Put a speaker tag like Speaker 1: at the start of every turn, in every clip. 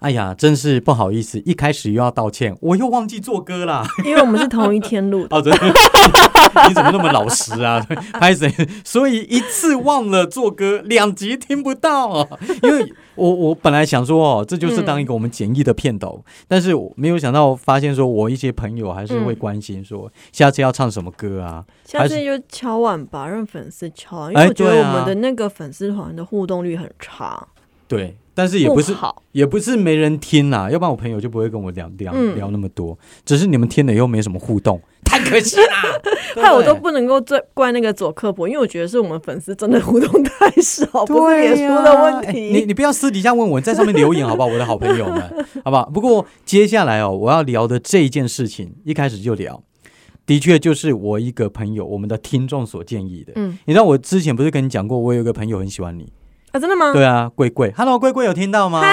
Speaker 1: 哎呀，真是不好意思，一开始又要道歉，我又忘记做歌啦。
Speaker 2: 因为我们是同一天录的，
Speaker 1: 哦，真的， 你怎么那么老实啊？ 拍谁？所以一次忘了做歌，两集听不到、啊。因为我我本来想说哦，这就是
Speaker 2: 嗯
Speaker 1: 当一个我们简易的片头，但是我没有想到发现说，我一些朋友还是会关心说，下次要唱什么歌啊？
Speaker 2: 下次就敲碗吧，让粉丝敲碗，因为我觉
Speaker 1: 哎对
Speaker 2: 得
Speaker 1: 啊
Speaker 2: 我们的那个粉丝团的互动率很差，
Speaker 1: 对，但是也不是
Speaker 2: 好，
Speaker 1: 也不是没人听啦、要不然我朋友就不会跟我聊聊、
Speaker 2: 嗯。
Speaker 1: 聊那么多。只是你们听了又没什么互动，太可惜啦
Speaker 2: 害我都
Speaker 1: 对
Speaker 2: 不能够怪怪那个左克伯，因为我觉得是我们粉丝真的互动太 少，哦不是
Speaker 1: 对
Speaker 2: 脸书
Speaker 1: 呀
Speaker 2: 的问
Speaker 1: 哎你
Speaker 2: 题。
Speaker 1: 你不要私底下问我，你在上面留言好不好？我的好朋友 们，好不好？不过接下来哦，我要聊的这一件事情，一开始就聊，的确就是我一个朋友，我们的听众所建议的。
Speaker 2: 嗯，
Speaker 1: 你知道我之前不是跟你讲过，我有一个朋友很喜欢你，
Speaker 2: 啊，真的吗？
Speaker 1: 对啊，贵贵，Hello，贵贵有听到吗？
Speaker 2: 嗨，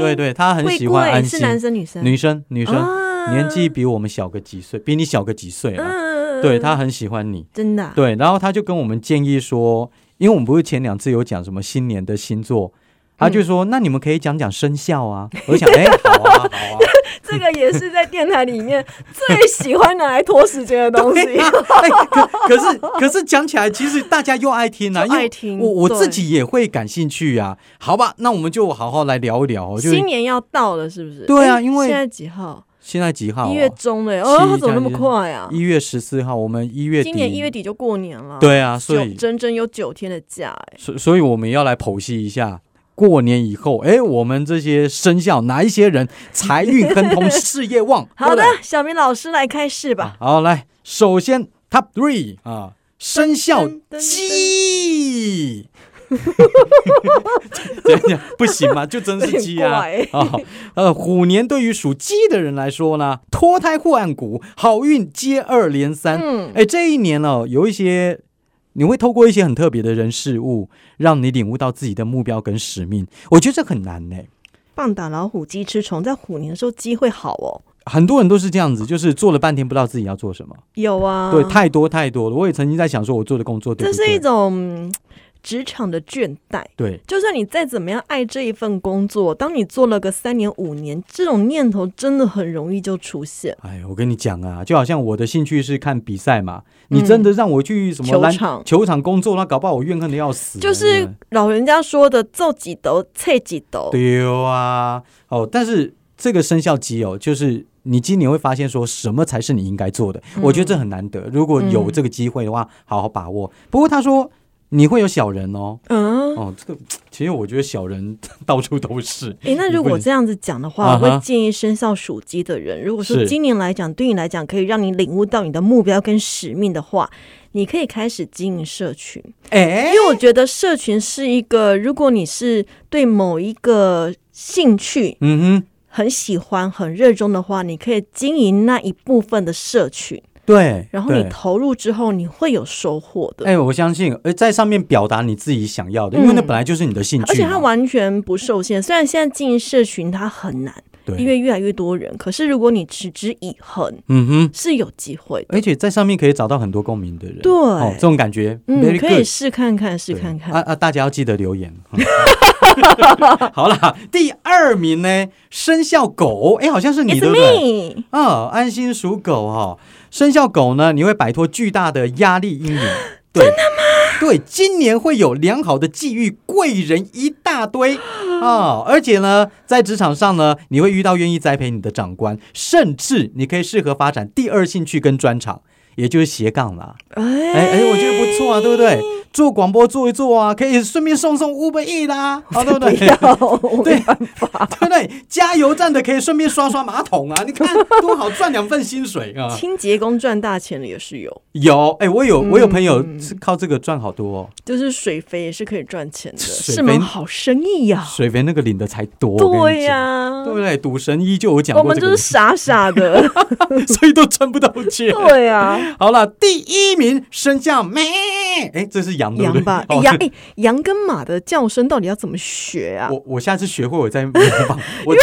Speaker 1: 对对，他很
Speaker 2: 贵
Speaker 1: 喜欢安
Speaker 2: 贵
Speaker 1: 心，
Speaker 2: 是男生女生？
Speaker 1: 女生女生、
Speaker 2: 啊
Speaker 1: 年纪比我们小个几岁，比你小个几岁啊？
Speaker 2: 嗯
Speaker 1: 对他很喜欢你，
Speaker 2: 真的啊
Speaker 1: 对，然后他就跟我们建议说，因为我们不是前两次有讲什么新年的星座，他
Speaker 2: 嗯
Speaker 1: 就说、那你们可以讲讲生肖啊。我就想，哎、好啊，好啊，
Speaker 2: 这个也是在电台里面最喜欢拿来拖时间的 东西。
Speaker 1: 哎、可可是可是讲起来，其实大家又爱听啊，
Speaker 2: 就
Speaker 1: 因为
Speaker 2: 爱听
Speaker 1: 我我
Speaker 2: 对
Speaker 1: 自己也会感兴趣啊。好吧，那我们就好好来聊一聊哦。就是
Speaker 2: 新年要到了，是不是？
Speaker 1: 对啊
Speaker 2: 哎
Speaker 1: 因为
Speaker 2: 现在几号？
Speaker 1: 现在几号、
Speaker 2: 一月
Speaker 1: 哦？
Speaker 2: 中了耶，
Speaker 1: 七
Speaker 2: 哦，怎么那么
Speaker 1: 加一
Speaker 2: 快啊？
Speaker 1: 一月十四号，我们一月底，
Speaker 2: 今年一月底就过年了，，
Speaker 1: 对啊，所以
Speaker 2: 整整有九天的假，哎，
Speaker 1: 所所以我们要来剖析一下。过年以后，哎，我们这些生肖哪一些人财运亨通、事业旺？
Speaker 2: 好的
Speaker 1: 对不对，
Speaker 2: 小明老师来开始吧。
Speaker 1: 啊好，来，首先 top three 啊，生肖
Speaker 2: 噔噔噔
Speaker 1: 鸡。 怎样讲不行吗？就真是鸡 啊！
Speaker 2: 有点
Speaker 1: 啊、呃，虎年对于属鸡的人来说呢，脱胎换骨，好运接二连三。
Speaker 2: 嗯，
Speaker 1: 哎，这一年哦，有一些你会透过一些很特别的人事物，让你领悟到自己的目标跟使命。我觉得这很难呢。
Speaker 2: 棒打老虎，鸡吃虫，在虎年的时候鸡会好哦。
Speaker 1: 很多人都是这样子，就是做了半天不知道自己要做什么。
Speaker 2: 有啊，
Speaker 1: 对，太多太多了。我也曾经在想，说我做的工作对
Speaker 2: 这
Speaker 1: 不
Speaker 2: 是
Speaker 1: 对？
Speaker 2: 一种嗯职场的倦怠。
Speaker 1: 对
Speaker 2: 就算你再怎么样爱这一份工作，当你做了个三年五年，这种念头真的很容易就出现。
Speaker 1: 哎，我跟你讲啊，就好像我的兴趣是看比赛嘛，你
Speaker 2: 嗯
Speaker 1: 真的让我去什么
Speaker 2: 球
Speaker 1: 篮
Speaker 2: 场
Speaker 1: 球场工作，那搞不好我怨恨的要死。
Speaker 2: 就是老人家说的“揍几斗，菜几斗
Speaker 1: 丢啊！哦，但是这个生肖鸡哦，就是你今年会发现说什么才是你应该做的，
Speaker 2: 嗯
Speaker 1: 我觉得这很难得。如果有这个机会的话，好好把握。不过他说你会有小人哦”。，
Speaker 2: 嗯，
Speaker 1: 哦，这个其实我觉得小人 到处都是。
Speaker 2: 诶，那如
Speaker 1: 不
Speaker 2: 果
Speaker 1: 能
Speaker 2: 这样子讲
Speaker 1: 啊
Speaker 2: 的话，
Speaker 1: 哈
Speaker 2: 我会建议生肖属鸡的人，如果说
Speaker 1: 是
Speaker 2: 今年来讲，对你来讲可以让你领悟到你的目标跟使命的话，你可以开始经营社群，
Speaker 1: 哎
Speaker 2: 因，为我觉得社群是一个，如果你是对某一个兴趣
Speaker 1: 嗯
Speaker 2: 很喜欢、很热衷的话，你可以经营那一部分的社群，
Speaker 1: 哼，对，
Speaker 2: 然后你
Speaker 1: 对
Speaker 2: 投入之后，你会有收获的。嗯
Speaker 1: 哎、我相信，呃，在上面表达你自己想要的，因为那本来就是你的兴趣嘛。
Speaker 2: 而且它完全不受限，虽然现在经营社群它很难，
Speaker 1: 对，
Speaker 2: 因为越来越多人，可是如果你持之以恒，
Speaker 1: 嗯哼，
Speaker 2: 是有机会的。
Speaker 1: 而且在上面可以找到很多共鸣的人。
Speaker 2: 对
Speaker 1: 哦，这种感觉，
Speaker 2: 嗯，
Speaker 1: very
Speaker 2: 可
Speaker 1: good
Speaker 2: 以试看看，试
Speaker 1: 对
Speaker 2: 看看。
Speaker 1: 啊啊！大家要记得留言。 好啦，第二名呢，生肖狗，哎，好像是你
Speaker 2: It's
Speaker 1: 对不对？
Speaker 2: me，
Speaker 1: 啊、安心属狗哈、哦，生肖狗呢，你会摆脱巨大的压力 阴影。对真的吗？对，今年会有良好的际遇，贵人一大 堆啊、哦！而且呢，在职场上呢，你会遇到愿意栽培你的长官，甚至你可以适合发展第二兴趣跟专长，也就是斜杠啦。
Speaker 2: 哎
Speaker 1: 哎哎，我觉得不错啊，对不对？做广播做一做啊，可以顺便送送 Uber E 啦， 好、对不对？对
Speaker 2: 要，
Speaker 1: 对啊不对？加油站的可以顺便刷刷马桶啊，你 看多好，赚两份薪水啊！
Speaker 2: 清洁工赚大钱的也是有，
Speaker 1: 有哎，我有我有
Speaker 2: 嗯
Speaker 1: 朋友是靠这个赚好多哦，
Speaker 2: 就是水肥也是可以赚钱的，
Speaker 1: 水
Speaker 2: 是
Speaker 1: 肥
Speaker 2: 门好生意呀。
Speaker 1: 水肥那个领的才多，我跟
Speaker 2: 哦对
Speaker 1: 你讲
Speaker 2: 呀，
Speaker 1: 对不对？赌神一就有讲
Speaker 2: 我
Speaker 1: 过
Speaker 2: 们
Speaker 1: 这
Speaker 2: 就
Speaker 1: 个
Speaker 2: 是，傻 傻的。
Speaker 1: 所以都赚不到钱。
Speaker 2: 对呀，
Speaker 1: 好了，第一名生肖咩？哎，这是羊对不对
Speaker 2: 羊吧，哎
Speaker 1: 哦
Speaker 2: 羊哎，羊跟马的叫声到底要怎么学啊？
Speaker 1: 我我下次学会我再 模仿。我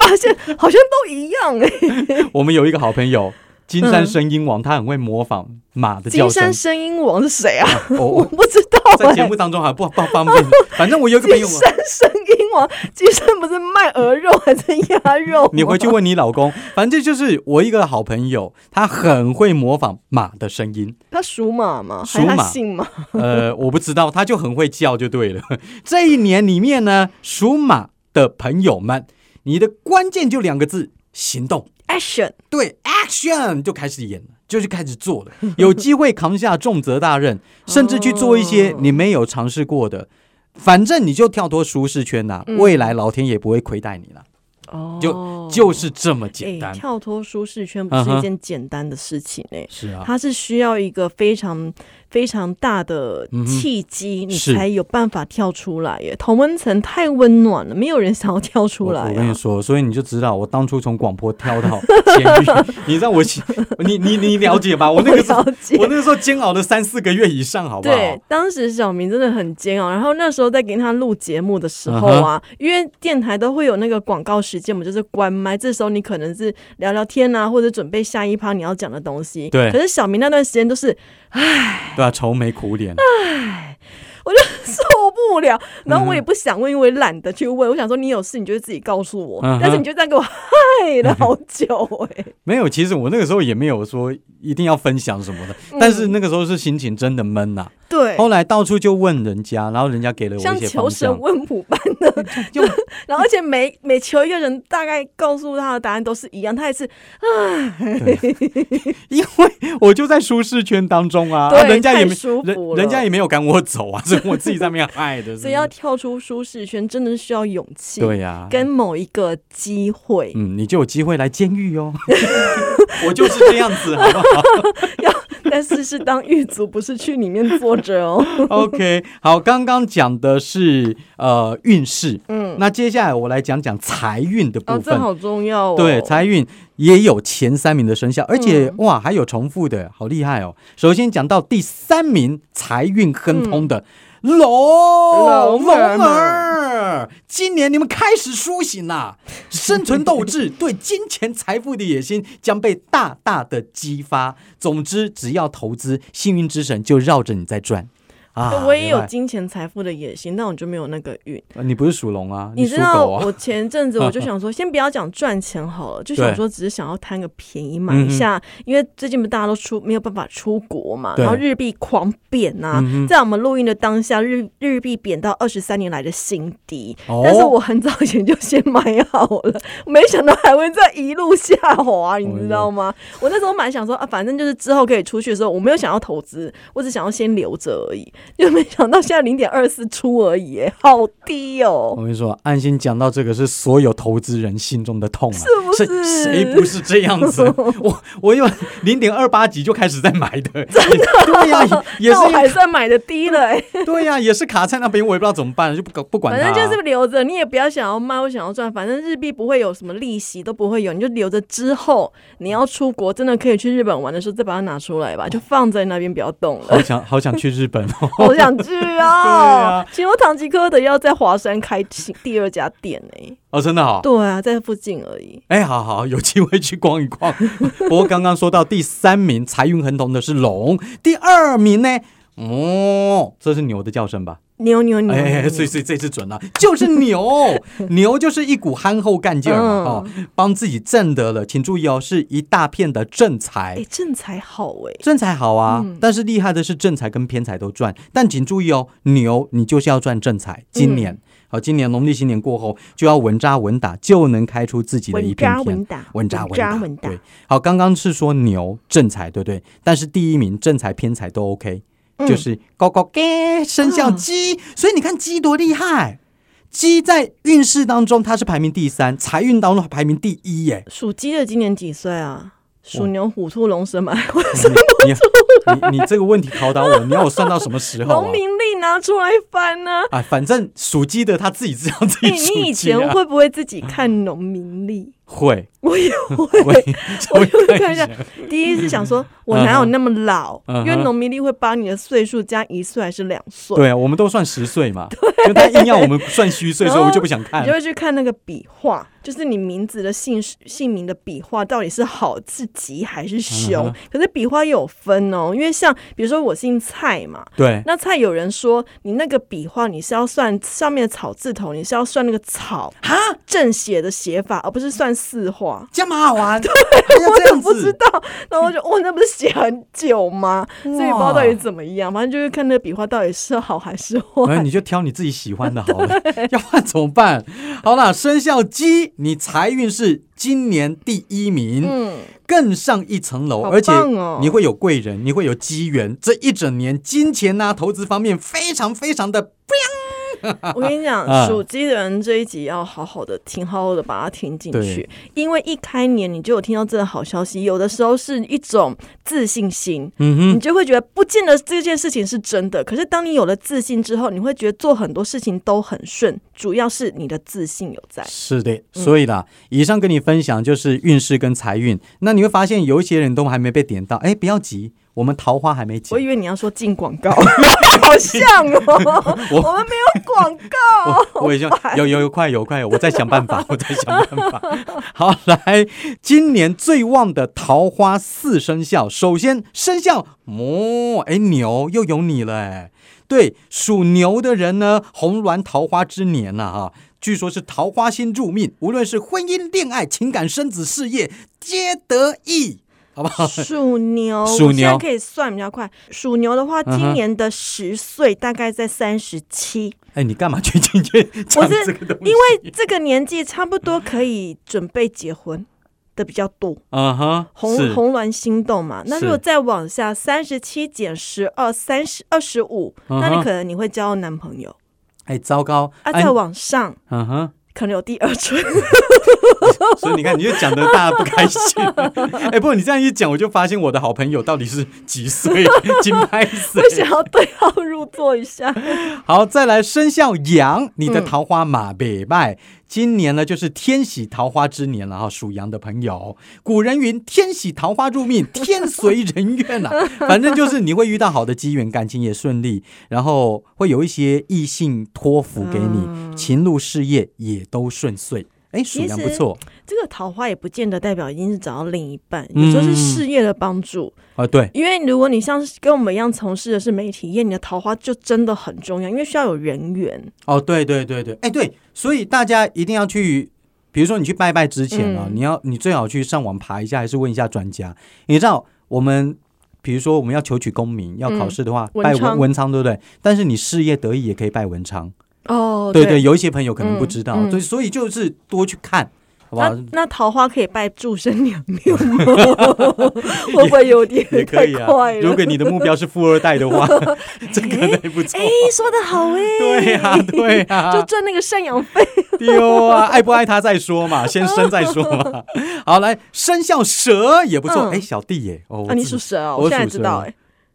Speaker 2: 发现好像都一样哎、
Speaker 1: 我们有一个好朋友金山声音王他很会模仿马的叫声
Speaker 2: 金山。声音王是谁啊？
Speaker 1: 哦，
Speaker 2: 我
Speaker 1: 我
Speaker 2: 不知道
Speaker 1: 在
Speaker 2: 哎、
Speaker 1: 节目当中还不 不方便，反正我有一个朋
Speaker 2: 金
Speaker 1: 友啊，
Speaker 2: 山声音王，金山不是卖鹅肉还是鸭肉吗？
Speaker 1: 你回去问你老公，反正就是我一个好朋友，他很会模仿马的声 音。
Speaker 2: 他属马吗？
Speaker 1: 属马
Speaker 2: 还是他姓马？
Speaker 1: 呃，我不知道，他就很会叫就对了。 这一年里面呢，属马的朋友们，你的关键就两个字：行动。
Speaker 2: Action，
Speaker 1: 对，action 就开始演了，就去开始做了， 有机会扛下重责大 任，甚至去做一些你没有尝试过的。反正你就跳脱舒适圈呐、
Speaker 2: 嗯
Speaker 1: 未来老天也不会亏待你了，
Speaker 2: 哦
Speaker 1: 就就是这么
Speaker 2: 哎
Speaker 1: 简单。
Speaker 2: 跳脱舒适圈不是
Speaker 1: 嗯
Speaker 2: 一
Speaker 1: 哼
Speaker 2: 件简单的事情哎、
Speaker 1: 是啊，
Speaker 2: 它是需要一个非常非常大的
Speaker 1: 嗯哼
Speaker 2: 契机，你
Speaker 1: 是
Speaker 2: 才有办法跳出来耶。同温层太温暖了，没有人想要跳出来、
Speaker 1: 我。
Speaker 2: 啊
Speaker 1: 我跟你说，所以你就知道我当初从广播跳 到监狱，你让我心，你你你了解吧？我那个时候
Speaker 2: 我了解，
Speaker 1: 我那个时候煎熬了三四个月以上，好不
Speaker 2: 对
Speaker 1: 好？，
Speaker 2: 当时小明真的很煎熬。然后那时候在给他录节目的时候
Speaker 1: 嗯
Speaker 2: 啊因为电台都会有那个广告时间嘛，就是关麦。这时候你可能是聊聊天啊，或者准备下一趴你要讲的东西。
Speaker 1: 对
Speaker 2: 可是小明那段时间都是
Speaker 1: 对啊，愁眉苦脸。
Speaker 2: 受不了，然
Speaker 1: 嗯
Speaker 2: 后我也不想问，因为懒得去问。我想说你有事你就自己告诉我
Speaker 1: 嗯哼
Speaker 2: 但是你就这样给我害了好久 哎、
Speaker 1: 没有，其实我那个时候也没有说一定要分享什么的，但是那个时候是心情真的闷呐、
Speaker 2: 嗯对。
Speaker 1: 后来到处就问人家，然后人家给了我
Speaker 2: 像
Speaker 1: 哦一些
Speaker 2: 求
Speaker 1: 方
Speaker 2: 神
Speaker 1: 向。
Speaker 2: 问卜般的，
Speaker 1: 就
Speaker 2: 然后而且每每求一个人，大概告诉他的答案都是一样，他也是
Speaker 1: 因为我就在舒适圈当中啊，
Speaker 2: 对
Speaker 1: 啊人家也
Speaker 2: 太
Speaker 1: 没
Speaker 2: 舒服
Speaker 1: 人
Speaker 2: 了
Speaker 1: 人家也没有赶我走啊， 是我自己在那边害的。是不是
Speaker 2: 所以要跳出舒适圈，真的是需要勇气，
Speaker 1: 对呀、
Speaker 2: 跟某一个机会，
Speaker 1: 嗯，你就有机会来监狱哦。我就是这样子，好不好
Speaker 2: 但是是当狱卒，不是去里面坐着哦。
Speaker 1: ？OK，好，刚刚讲的是呃运势，
Speaker 2: 嗯，
Speaker 1: 那接下来我来讲讲财运的 部
Speaker 2: 哦，
Speaker 1: 分。
Speaker 2: 这好重要哦。
Speaker 1: 对，财运也有前三名的生肖，而且、
Speaker 2: 嗯
Speaker 1: 哇，还有重复的，好厉害哦！首先讲到第三名，财运亨通的、
Speaker 2: 嗯
Speaker 1: 龙
Speaker 2: 龙儿们
Speaker 1: 儿，今年你们开始苏醒 啦，生存斗志对金钱财富的野心将被大大的激发。总之，只要投资，幸运之神就绕着你在转。啊，
Speaker 2: 我也
Speaker 1: 明
Speaker 2: 有
Speaker 1: 白
Speaker 2: 金钱财富的野心，但我就没有那个运。
Speaker 1: 呃你不是属龙啊，
Speaker 2: 你
Speaker 1: 属
Speaker 2: 知道，
Speaker 1: 狗啊，
Speaker 2: 我前阵子我就 想说，先不要讲赚钱好了，就想说只是想要贪个便宜
Speaker 1: 嗯
Speaker 2: 买一下，因为最近不大家都出没有办法出国嘛，
Speaker 1: 对嗯
Speaker 2: 然后日币狂贬呐、在我们录音的当下，日日币贬到二十三年来的新低，
Speaker 1: 哦
Speaker 2: 但是我很早以前就先买好了，没想到还会再一路下滑，你知道吗？我那时候蛮想说啊，反正就是之后可以出去的时候，我没有想要投资，我只想要先留着而已，就没想到现在零点二四出而已，哎好低哦。
Speaker 1: 我跟你说，安心讲到这个是所有投资人心中的痛啊，
Speaker 2: 是不
Speaker 1: 谁
Speaker 2: 是
Speaker 1: 谁不是这样 子？我我有零点二八级就开始在买的，真的，对呀、也也
Speaker 2: 那我还
Speaker 1: 是
Speaker 2: 算买的低了、欸，
Speaker 1: 对呀、也是卡在那边，我也不知道怎么办，就不搞不 管啊
Speaker 2: 反
Speaker 1: 它、
Speaker 2: 正就是留着，你也不要想要卖或想要赚，反正日币不会有什么利息都不会有，你就留着之后你要出国，真的可以去日本玩的时候再把它拿出来
Speaker 1: 哦
Speaker 2: 吧，就放在那边不要 动了
Speaker 1: 好。想好想去日本哦。
Speaker 2: 好想去哦
Speaker 1: 啊！
Speaker 2: 请问唐吉诃德要在华山开新第二家店呢、
Speaker 1: 哦，真的好、哦。
Speaker 2: 对啊，在附近而已。
Speaker 1: 哎，好好，有机会去逛一逛。 不过刚刚说到第三名财运亨通的是龙，第二名呢？哦，这是牛的叫声吧？
Speaker 2: 牛牛牛！
Speaker 1: 哎，所以所以这次准了，就是牛，牛就是一股憨厚干劲儿嘛，
Speaker 2: 嗯
Speaker 1: 哦，帮自己挣得了，请注意哦，是一大片的正
Speaker 2: 哎
Speaker 1: 财。，
Speaker 2: 正财好哎、
Speaker 1: 正财好啊，
Speaker 2: 嗯
Speaker 1: 但是厉害的是正财跟偏财都赚，但请注意哦，牛你就是要赚正财。今年
Speaker 2: 嗯
Speaker 1: 好、今年农历新年过后就要稳扎稳打，就能开出自己的一
Speaker 2: 稳
Speaker 1: 片
Speaker 2: 扎
Speaker 1: 天
Speaker 2: 稳。打，
Speaker 1: 稳扎
Speaker 2: 稳
Speaker 1: 稳打，
Speaker 2: 稳打
Speaker 1: 对，，好，刚刚是说牛正财，对不对？但是第一名正财偏财都 OK，就
Speaker 2: 嗯。
Speaker 1: 是高高给生肖鸡，所以你看鸡多厉害。鸡在运势当中，它是排名第三，财运当中排名第一耶
Speaker 2: 属鸡的今年几岁啊？
Speaker 1: 我
Speaker 2: 属牛、虎、兔、龙、蛇、马、
Speaker 1: 你你你这个问题考倒我，你要我算到什么时候
Speaker 2: 农
Speaker 1: 啊？
Speaker 2: 民历拿出来翻 呢、
Speaker 1: 啊，反正属鸡的他自己知道自
Speaker 2: 哎，
Speaker 1: 己属
Speaker 2: 你以
Speaker 1: 鸡
Speaker 2: 前
Speaker 1: 啊。
Speaker 2: 会不会自己看农民历？
Speaker 1: 会，
Speaker 2: 我也
Speaker 1: 我
Speaker 2: 会。我
Speaker 1: 我
Speaker 2: 就会看一下，第一是想 说，我哪有那么老？
Speaker 1: 嗯哼
Speaker 2: 因为农民历会把你的岁数加一岁还是两岁，
Speaker 1: 对啊，我们都算十岁嘛，因为他硬要我们算虚岁，
Speaker 2: 然
Speaker 1: 所
Speaker 2: 后
Speaker 1: 以我就不想 看
Speaker 2: 你就。会去看那个笔画，就是你名字的姓氏姓名的笔画到底是好是吉还是凶。
Speaker 1: 嗯哼
Speaker 2: 可是笔画也有分哦，因为像比如说我姓蔡嘛，
Speaker 1: 对，
Speaker 2: 那蔡有人说你那个笔画你是要算上面的草字头，你是要算那个草
Speaker 1: 哈，
Speaker 2: 正写的写法，而不是算四画。
Speaker 1: 这么好 玩，还要
Speaker 2: 我
Speaker 1: 这
Speaker 2: 也
Speaker 1: 样
Speaker 2: 不知
Speaker 1: 子，
Speaker 2: 道，然后我就哇，那不是写很 久吗？所以不知道
Speaker 1: 哇
Speaker 2: 到底怎么样，反正就是看那个笔画到底是好还是 坏。
Speaker 1: 哎，你就挑你自己喜欢的好 了，要不然怎么办？好啦，生肖鸡，你财运是今年第一名，
Speaker 2: 嗯，
Speaker 1: 更上一层楼，
Speaker 2: 好
Speaker 1: 而且
Speaker 2: 棒哦
Speaker 1: 你会有贵人，你会有机缘，这一整年金钱呐、投资方面非常非常的
Speaker 2: 我跟你
Speaker 1: 啊
Speaker 2: 讲，属鸡的人这一集要好好的听，好好的把它听进
Speaker 1: 对，
Speaker 2: 去因为一开年你就有听到这个好消息，有的时候是一种自信心，
Speaker 1: 嗯
Speaker 2: 你就会觉得不见得这件事情是真的。可是当你有了自信之后，你会觉得做很多事情都很顺，主要是你的自信有在。
Speaker 1: 是的，所以啦，以上跟你分享就是运势跟财运。那你会发现有一些人都还没被点到，哎，不要急，我们桃花还没结
Speaker 2: 我。以为你要说进广 告，好像哦，
Speaker 1: 我
Speaker 2: 我们没有 广告。
Speaker 1: 我我已经有有有快有快有，我在想办 法，我在想办法。 好，来，今年最旺的桃花四生肖，首先生肖母，哎、牛又有你了、哎，对，属牛的人呢，红鸾桃花之年呐、哈。据说是桃花星助命，无论是婚姻、恋爱、情感、生子、事业，皆得意，好不好？
Speaker 2: 属牛，
Speaker 1: 属
Speaker 2: 我现在
Speaker 1: 牛
Speaker 2: 可以算比较快。属牛的话，
Speaker 1: 嗯哼
Speaker 2: 今年的十岁大概在三十七，
Speaker 1: 哎，你干嘛去进去
Speaker 2: 我
Speaker 1: 讲
Speaker 2: 是
Speaker 1: 这个东西？
Speaker 2: 因为这个年纪差不多可以准备结婚的比较多。
Speaker 1: 嗯哼，
Speaker 2: 红
Speaker 1: 是
Speaker 2: 红鸾心动嘛，那
Speaker 1: 是
Speaker 2: 如果再往下，三十七减十二，三十二十五，
Speaker 1: 嗯哼
Speaker 2: 那你可能你会交男朋友
Speaker 1: 哎，糟糕，
Speaker 2: 啊。
Speaker 1: 哎
Speaker 2: 再往上，
Speaker 1: 嗯哼。
Speaker 2: 可能有第二春。
Speaker 1: 所以你看，你就讲的大家不开心。哎、不过你这样一讲，我就发现我的好朋友到底是几 岁，金拍
Speaker 2: 我
Speaker 1: 谁。
Speaker 2: 想要对号入座一下。
Speaker 1: 好，再来生肖羊，你
Speaker 2: 嗯
Speaker 1: 的桃花马北拜，今年呢就是天喜桃花之年了哈。属羊的朋友，古人云“天喜桃花入命，天随人愿” 啊，反正就是你会遇到好的机缘，感情也顺利，然后会有一些异性托付给你，
Speaker 2: 嗯
Speaker 1: 情路事业也都顺遂。哎，属羊不
Speaker 2: 其实
Speaker 1: 错
Speaker 2: 这个桃花也不见得代表一定是找到另一半，
Speaker 1: 嗯
Speaker 2: 有时候是事业的帮助。
Speaker 1: 啊，对。
Speaker 2: 因为如果你像是跟我们一样从事的是媒体业，你的桃花就真的很重要，因为需要有人缘。
Speaker 1: 哦，对对对对，哎对，所以大家一定要去，比如说你去拜拜之前啊，
Speaker 2: 嗯
Speaker 1: 你要你最好去上网爬一下，还是问一下专家。你知道我们，比如说我们要求取功名，要考
Speaker 2: 嗯
Speaker 1: 试的话，
Speaker 2: 文
Speaker 1: 拜
Speaker 2: 昌
Speaker 1: 文文昌，对不对？但是你事业得意也可以拜文昌，
Speaker 2: 哦，
Speaker 1: 对对，有一些朋友可能不知道，
Speaker 2: 嗯嗯啊
Speaker 1: 所以所以就是多去看，好不好
Speaker 2: 那？那桃花可以拜祝生娘 娘吗？会不会有点
Speaker 1: 也可
Speaker 2: 太
Speaker 1: 以啊
Speaker 2: 快，了？
Speaker 1: 如果你的目标是富二代的 话，这可能也不错。
Speaker 2: 哎、说的好哎、
Speaker 1: 对啊呀、对呀、
Speaker 2: 就赚那个赡养费。
Speaker 1: 丢啊，爱不爱他再说 嘛，先生再说嘛。 好，来生肖蛇也不错，
Speaker 2: 嗯
Speaker 1: 哎、小弟耶，哦，我
Speaker 2: 啊，你
Speaker 1: 自
Speaker 2: 属蛇哦，
Speaker 1: 我
Speaker 2: 我现在
Speaker 1: 属
Speaker 2: 知
Speaker 1: 蛇
Speaker 2: 道哎、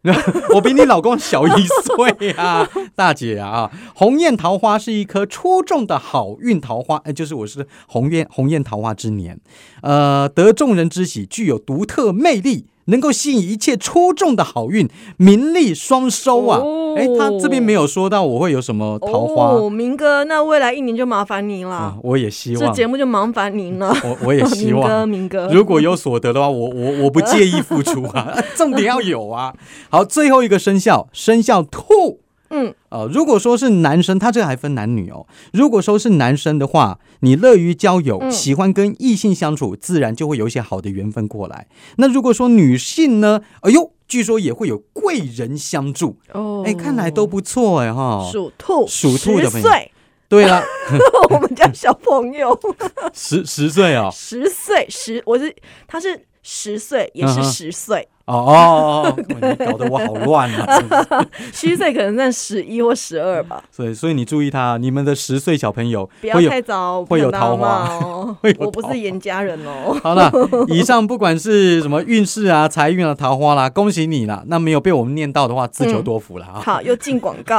Speaker 1: 我比你老公小一岁啊，大姐啊，鸿雁桃花是一颗出众的好运桃花，哎，就是我是鸿雁鸿雁桃花之年，呃，得众人之喜，具有独特魅力。能够吸引一切出众的好运，名利双收啊！
Speaker 2: 哦
Speaker 1: 哎、他这边没有说到我会有什么桃花、
Speaker 2: 哦，明哥，那未来一年就麻烦您
Speaker 1: 啊
Speaker 2: 啦，，
Speaker 1: 我也希
Speaker 2: 这
Speaker 1: 望，
Speaker 2: 节目就麻烦您了。
Speaker 1: 我我也希
Speaker 2: 明
Speaker 1: 望。
Speaker 2: 哥，明哥，
Speaker 1: 如果有所得的话，我我我不介意付出 啊，重点要有啊。好，最后一个生肖，生肖兔。
Speaker 2: 嗯，
Speaker 1: 呃，如果说是男生，他这个还分男女哦。如果说是男生的话，你乐于交友，
Speaker 2: 嗯
Speaker 1: 喜欢跟异性相处，自然就会有一些好的缘分过来。那如果说女性呢，哎呦，据说也会有贵人相助，
Speaker 2: 哦
Speaker 1: 哎，看来都不错哎哈。
Speaker 2: 属兔，
Speaker 1: 属兔的
Speaker 2: 十
Speaker 1: 朋友
Speaker 2: 岁，
Speaker 1: 对了，
Speaker 2: 我们家小朋友
Speaker 1: 十十岁哦，
Speaker 2: 十岁，十，我是他是十岁，也
Speaker 1: 嗯
Speaker 2: 是
Speaker 1: 哼
Speaker 2: 十岁，
Speaker 1: 哦哦， 哦你搞得我好乱啊！真是
Speaker 2: 虚岁可能在十一或十二 吧，
Speaker 1: 所以所以你注意他，你们的十岁小朋友
Speaker 2: 不要
Speaker 1: 会有
Speaker 2: 太早
Speaker 1: 会有
Speaker 2: 不想当
Speaker 1: 桃花
Speaker 2: 妈哦
Speaker 1: 会有
Speaker 2: 我不
Speaker 1: 桃
Speaker 2: 是严家人哦，
Speaker 1: 好了，以上不管是什么运势啊、财运啊、桃花啦，恭喜你啦！那没有被我们念到的话，自求多福了 啊！
Speaker 2: 好，又进广告。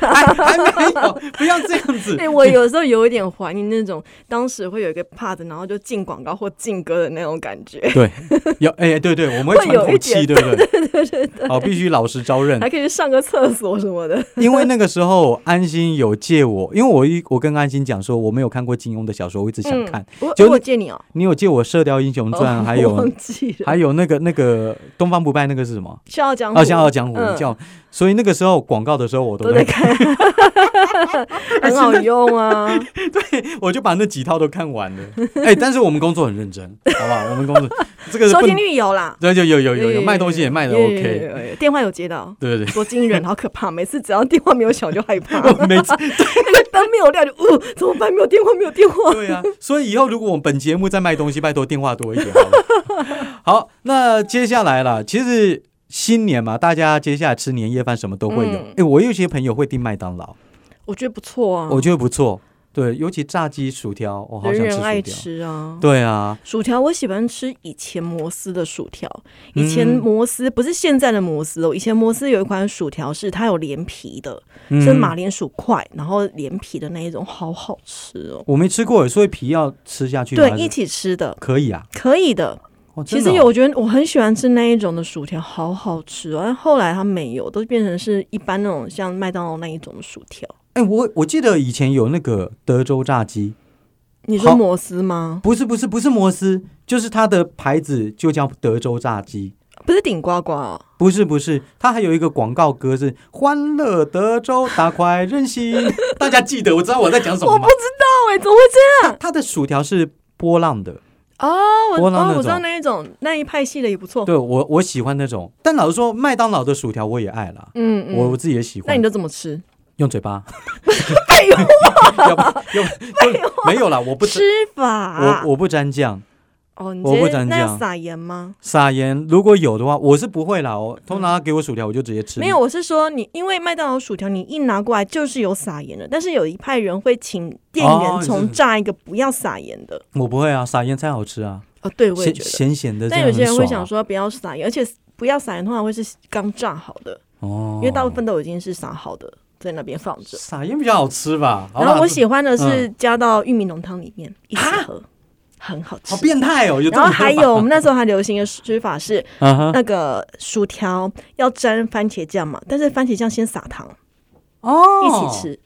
Speaker 1: 还还没有，不要这样子
Speaker 2: 对、。我有时候有一点怀疑那种当时会有一个 part，然后就进广告或进歌的那种感觉，
Speaker 1: 对，有哎、对对，我们会
Speaker 2: 会有
Speaker 1: 喘口
Speaker 2: 一
Speaker 1: 气，
Speaker 2: 点
Speaker 1: 对不对？对对对对。好，必须老实招认
Speaker 2: 还，可以去上个厕所什么 的。
Speaker 1: 因为那个时候安心有借我，因为我一我跟安心讲说我没有看过金庸的小说，我一直想看。
Speaker 2: 我
Speaker 1: 就
Speaker 2: 我有
Speaker 1: 那
Speaker 2: 借你哦，
Speaker 1: 你有借我《射雕英雄传》
Speaker 2: 嗯哦
Speaker 1: 还
Speaker 2: 我
Speaker 1: 有
Speaker 2: 忘记了，
Speaker 1: 还有那个那个东方不败那个是什么？
Speaker 2: 《笑傲江湖》
Speaker 1: 啊，《笑傲江湖》
Speaker 2: 嗯
Speaker 1: 叫。所以那个时候广告的时候，我都
Speaker 2: 都在看，很好 用啊。
Speaker 1: 我就把那几套都看完了。哎、但是我们工作很认真，好不好？我们工作这个
Speaker 2: 收
Speaker 1: 不
Speaker 2: 听率有啦，
Speaker 1: 对，就有有有
Speaker 2: 有
Speaker 1: 有卖东西也卖的
Speaker 2: 有有
Speaker 1: OK，
Speaker 2: 有有有有电话有接到。
Speaker 1: 对对对。
Speaker 2: 多惊人，好可怕！每次只要电话没有响就害怕，
Speaker 1: 我每次
Speaker 2: 那个灯没有亮就，呃，怎么办？没有电话，没有电话。
Speaker 1: 对啊，所以以后如果我们本节目在卖东西，拜托电话多一点好了。好，那接下来啦，其实新年嘛，大家接下来吃年夜饭什么都会有。哎、
Speaker 2: 嗯
Speaker 1: 我有些朋友会订麦当劳，
Speaker 2: 我觉得不错啊，
Speaker 1: 我觉得不错。对，尤其炸鸡、薯条，我、好
Speaker 2: 人
Speaker 1: 想吃
Speaker 2: 人爱
Speaker 1: 薯条。
Speaker 2: 吃啊。
Speaker 1: 对啊，
Speaker 2: 薯条，我喜欢吃以前摩斯的薯条。
Speaker 1: 嗯
Speaker 2: 以前摩斯、不是现在的摩斯哦，以前摩斯有一款薯条是它有连皮的，
Speaker 1: 嗯
Speaker 2: 是马铃薯块，然后连皮的那一种，好好吃哦。
Speaker 1: 我没吃过，所以皮要吃下去吗
Speaker 2: 对，
Speaker 1: 还是
Speaker 2: 一起吃的
Speaker 1: 可以啊。
Speaker 2: 可以的。
Speaker 1: 哦、
Speaker 2: 其
Speaker 1: 真
Speaker 2: 实
Speaker 1: 的哦
Speaker 2: 有，我觉得我很喜欢吃那一种的薯条，好好吃哦。但后来它没有，都变成是一般那种像麦当劳那一种的薯条。
Speaker 1: 哎、我我记得以前有那个德州炸鸡，
Speaker 2: 你说
Speaker 1: 好
Speaker 2: 摩斯吗？
Speaker 1: 不是不是不是摩斯，就是它的牌子就叫德州炸鸡。
Speaker 2: 不是顶呱呱哦、
Speaker 1: 不是不是，它还有一个广告歌是“欢乐德州打快任性”，大家记得我知道我在讲什么
Speaker 2: 我
Speaker 1: 吗
Speaker 2: 不？知道哎、怎么会这样？
Speaker 1: 它的薯条是波浪的，
Speaker 2: 哦，我
Speaker 1: 波浪那
Speaker 2: 哦，
Speaker 1: 种
Speaker 2: 我知道那一种那一派系的也不错。
Speaker 1: 对我我喜欢那种。但老实说，麦当劳的薯条我也爱啦，
Speaker 2: 嗯嗯，
Speaker 1: 我我自己也喜
Speaker 2: 那
Speaker 1: 欢
Speaker 2: 你。都怎么吃？
Speaker 1: 用嘴巴？
Speaker 2: 废话，
Speaker 1: 要不用用没有啦，我不
Speaker 2: 吃法。
Speaker 1: 我我不沾酱，
Speaker 2: 哦，你
Speaker 1: 我不
Speaker 2: 直接
Speaker 1: 能
Speaker 2: 那
Speaker 1: 这
Speaker 2: 要
Speaker 1: 样
Speaker 2: 撒盐吗？
Speaker 1: 撒盐如果有的话，我是不会啦。我通常他给我薯条，我就直接吃。
Speaker 2: 没有，我是说你，因为麦当劳薯条你一拿过来就是有撒盐的，但是有一派人会请店
Speaker 1: 哦
Speaker 2: 员
Speaker 1: 你
Speaker 2: 重
Speaker 1: 是
Speaker 2: 炸一个不要撒盐的。
Speaker 1: 我不会啊，撒盐才好吃啊，
Speaker 2: 哦，对，我也
Speaker 1: 咸
Speaker 2: 觉得。
Speaker 1: 咸咸的这
Speaker 2: 但
Speaker 1: 样
Speaker 2: 有
Speaker 1: 很
Speaker 2: 些
Speaker 1: 爽啊。
Speaker 2: 人会想说不要撒盐，而且不要撒盐通常会是刚炸好的，
Speaker 1: 哦，
Speaker 2: 因为大部分都已经是撒好的，在那边放着。
Speaker 1: 撒盐比较好吃吧。好
Speaker 2: 然后
Speaker 1: 啦嗯啊
Speaker 2: 我喜欢的是加到玉米浓汤里面一起喝，很好吃
Speaker 1: 好。变态哦，有这
Speaker 2: 然
Speaker 1: 种
Speaker 2: 后还有我 们那时候还流行的吃法是，
Speaker 1: 啊哈
Speaker 2: 那个薯条要沾番茄酱嘛，但是番茄酱先撒糖，
Speaker 1: 哦
Speaker 2: 一起吃。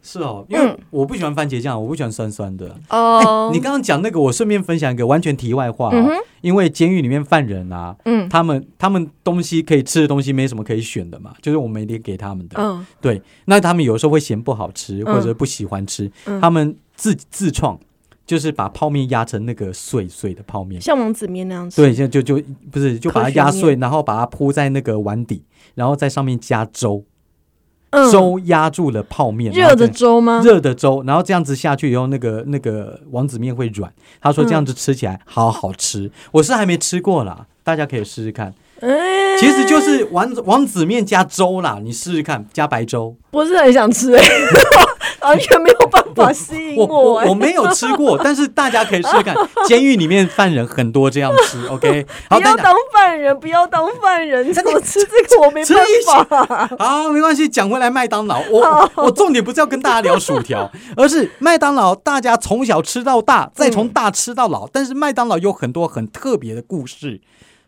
Speaker 1: 是哦，因为
Speaker 2: 嗯
Speaker 1: 我不喜欢番茄酱，我不喜欢酸酸的。
Speaker 2: 哦
Speaker 1: 哎你刚刚讲那个，我顺便分享一个完全题外话、
Speaker 2: 嗯
Speaker 1: 哦，
Speaker 2: 哼，
Speaker 1: 因为监狱里面犯人啊，
Speaker 2: 嗯
Speaker 1: 他们他们东西可以吃的东西没什么可以选的嘛，就是我每天给他们的。
Speaker 2: 嗯
Speaker 1: 对，那他们有时候会嫌不好吃或者不喜欢吃，
Speaker 2: 嗯
Speaker 1: 他们自自创，就是把泡面压成那个碎碎的泡面。
Speaker 2: 像王子面那样吃。
Speaker 1: 对，现在就就不是就把它
Speaker 2: 科学
Speaker 1: 压
Speaker 2: 面
Speaker 1: 碎，然后把它铺在那个碗底，然后在上面加粥，
Speaker 2: 嗯，
Speaker 1: 粥压住了泡面，然
Speaker 2: 热
Speaker 1: 后
Speaker 2: 的
Speaker 1: 再
Speaker 2: 粥吗？
Speaker 1: 热的粥，然后这样子下去以后，那个那个王子面会软。他说这样子吃起来好好吃，我是还没吃过啦，大家可以试试看。
Speaker 2: 哎
Speaker 1: 其实就是王子王子面加粥啦，你试试看，加白粥。
Speaker 2: 不是很想吃，哎 完全没有办法吸引
Speaker 1: 我
Speaker 2: 我。哎
Speaker 1: 我没有吃过， 但是大家可以试试看。监狱里面犯人很多这样吃 ，OK？好，
Speaker 2: 不
Speaker 1: 大
Speaker 2: 要
Speaker 1: 家
Speaker 2: 当犯人，不要当犯人！
Speaker 1: 真的
Speaker 2: 我吃这个我没
Speaker 1: 吃一
Speaker 2: 办法。
Speaker 1: 好，没关系。讲回来，麦当劳，我我我重点不是要跟大家聊薯条，而是麦当劳大家从小吃到大，再
Speaker 2: 嗯
Speaker 1: 从大吃到老。但是麦当劳有很多很特别的故事，